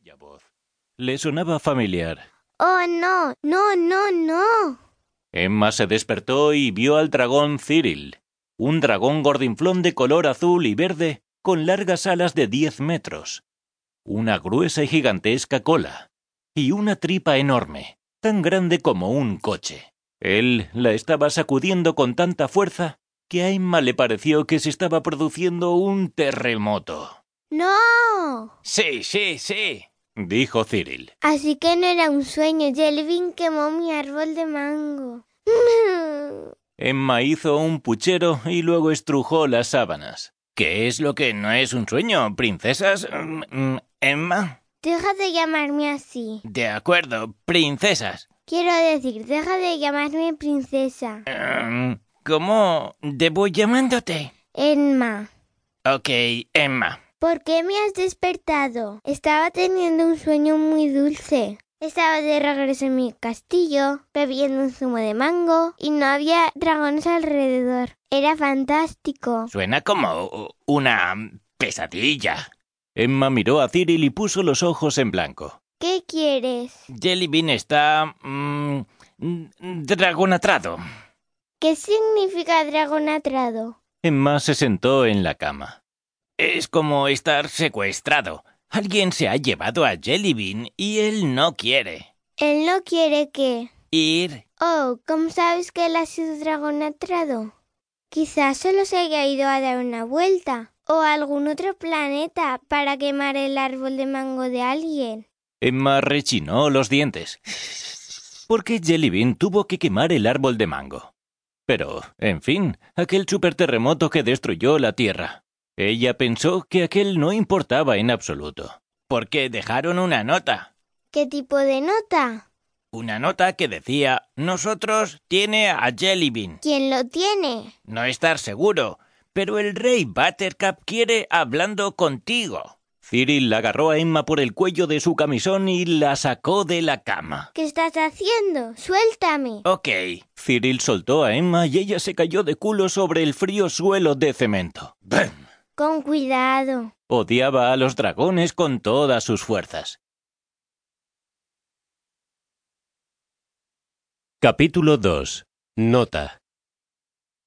cuya voz le sonaba familiar. Oh, no, no, no, no. Emma se despertó y vio al dragón Cyril, un dragón gordinflón de color azul y verde con largas alas de diez metros, una gruesa y gigantesca cola y una tripa enorme, tan grande como un coche. Él la estaba sacudiendo con tanta fuerza que a Emma le pareció que se estaba produciendo un terremoto. ¡No! Sí, sí, sí, dijo Cyril. Así que no era un sueño. Jelvin quemó mi árbol de mango. Emma hizo un puchero y luego estrujó las sábanas. ¿Qué es lo que no es un sueño, princesas? Mm, Emma. Deja de llamarme así. De acuerdo, princesas. Quiero decir, deja de llamarme princesa. Mm, ¿Cómo debo llamándote? Emma, Ok, Emma. ¿por qué me has despertado? Estaba teniendo un sueño muy dulce. Estaba de regreso en mi castillo, bebiendo un zumo de mango, y no había dragones alrededor. Era fantástico. Suena como una pesadilla. Emma miró a Cyril y puso los ojos en blanco. ¿Qué quieres? Jellybean está... mm, dragonatrado. ¿Qué significa dragón atrado? Emma se sentó en la cama. Es como estar secuestrado. Alguien se ha llevado a Jellybean y él no quiere Él no quiere que... ir. Oh, ¿cómo sabes que él ha sido dragón atrado? Quizás solo se haya ido a dar una vuelta o a algún otro planeta para quemar el árbol de mango de alguien. Emma rechinó los dientes. Porque Jellybean tuvo que quemar el árbol de mango. Pero, en fin, aquel superterremoto que destruyó la Tierra. Ella pensó que aquel no importaba en absoluto. Porque dejaron una nota. ¿Qué tipo de nota? Una nota que decía Nosotros tiene a Jellybean. ¿Quién lo tiene? No estar seguro, pero el rey Buttercup quiere hablando contigo. Cyril agarró a Emma por el cuello de su camisón y la sacó de la cama. ¿Qué estás haciendo? Suéltame. Ok. Cyril soltó a Emma y ella se cayó de culo sobre el frío suelo de cemento. ¡Bam! Con cuidado. Odiaba a los dragones con todas sus fuerzas. Capítulo 2. Nota.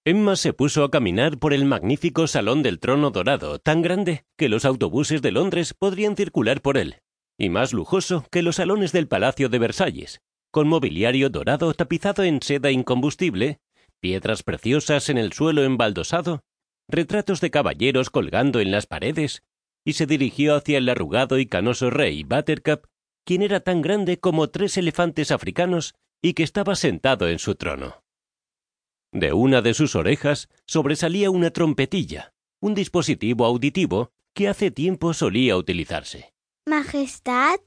Emma se puso a caminar por el magnífico Salón del Trono Dorado, tan grande que los autobuses de Londres podrían circular por él, y más lujoso que los salones del Palacio de Versalles, con mobiliario dorado tapizado en seda incombustible, piedras preciosas en el suelo embaldosado, retratos de caballeros colgando en las paredes, y se dirigió hacia el arrugado y canoso rey Buttercup, quien era tan grande como tres elefantes africanos y que estaba sentado en su trono. De una de sus orejas sobresalía una trompetilla, un dispositivo auditivo que hace tiempo solía utilizarse. Majestad,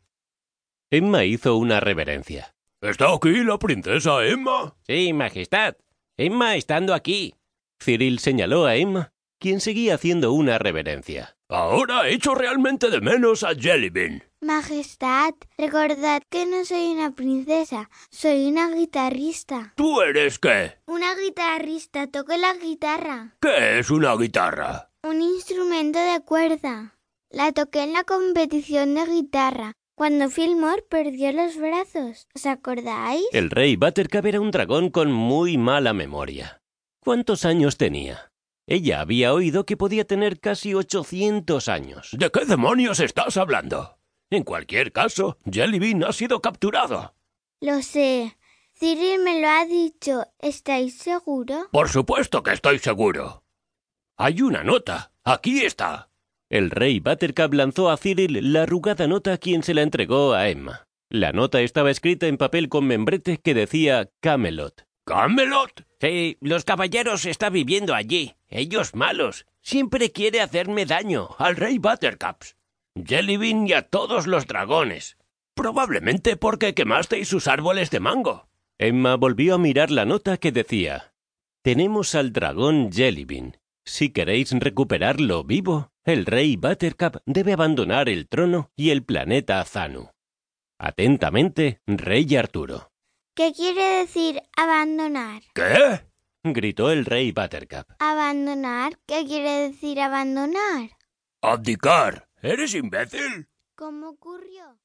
Emma hizo una reverencia. ¿Está aquí la princesa Emma? Sí, Majestad. Emma estando aquí. Cyril señaló a Emma, quien seguía haciendo una reverencia. Ahora echo realmente de menos a Jellybean. majestad, recordad que no soy una princesa, soy una guitarrista. ¿Tú eres qué? Una guitarrista, toco la guitarra. ¿Qué es una guitarra? Un instrumento de cuerda. La toqué en la competición de guitarra, cuando Fillmore perdió los brazos. ¿Os acordáis? El rey Buttercup era un dragón con muy mala memoria. ¿Cuántos años tenía? Ella había oído que podía tener casi 800 años. ¿De qué demonios estás hablando? En cualquier caso, Jellybean ha sido capturado. Lo sé. Cyril me lo ha dicho. ¿Estáis seguro? Por supuesto que estoy seguro. Hay una nota. Aquí está. El rey Buttercup lanzó a Cyril la arrugada nota quien se la entregó a Emma. La nota estaba escrita en papel con membrete que decía Camelot. ¿Camelot? Sí, los caballeros está viviendo allí. Ellos malos. Siempre quiere hacerme daño. Al rey Buttercups. Jellybean y a todos los dragones. Probablemente porque quemasteis sus árboles de mango. Emma volvió a mirar la nota que decía Tenemos al dragón Jellybean. Si queréis recuperarlo vivo, el rey Buttercup debe abandonar el trono y el planeta Zanu. Atentamente, Rey Arturo. ¿Qué quiere decir abandonar? ¿Qué? gritó el rey Buttercup. ¿Abandonar? ¿Qué quiere decir abandonar? Abdicar. ¿Eres imbécil? ¿Cómo ocurrió?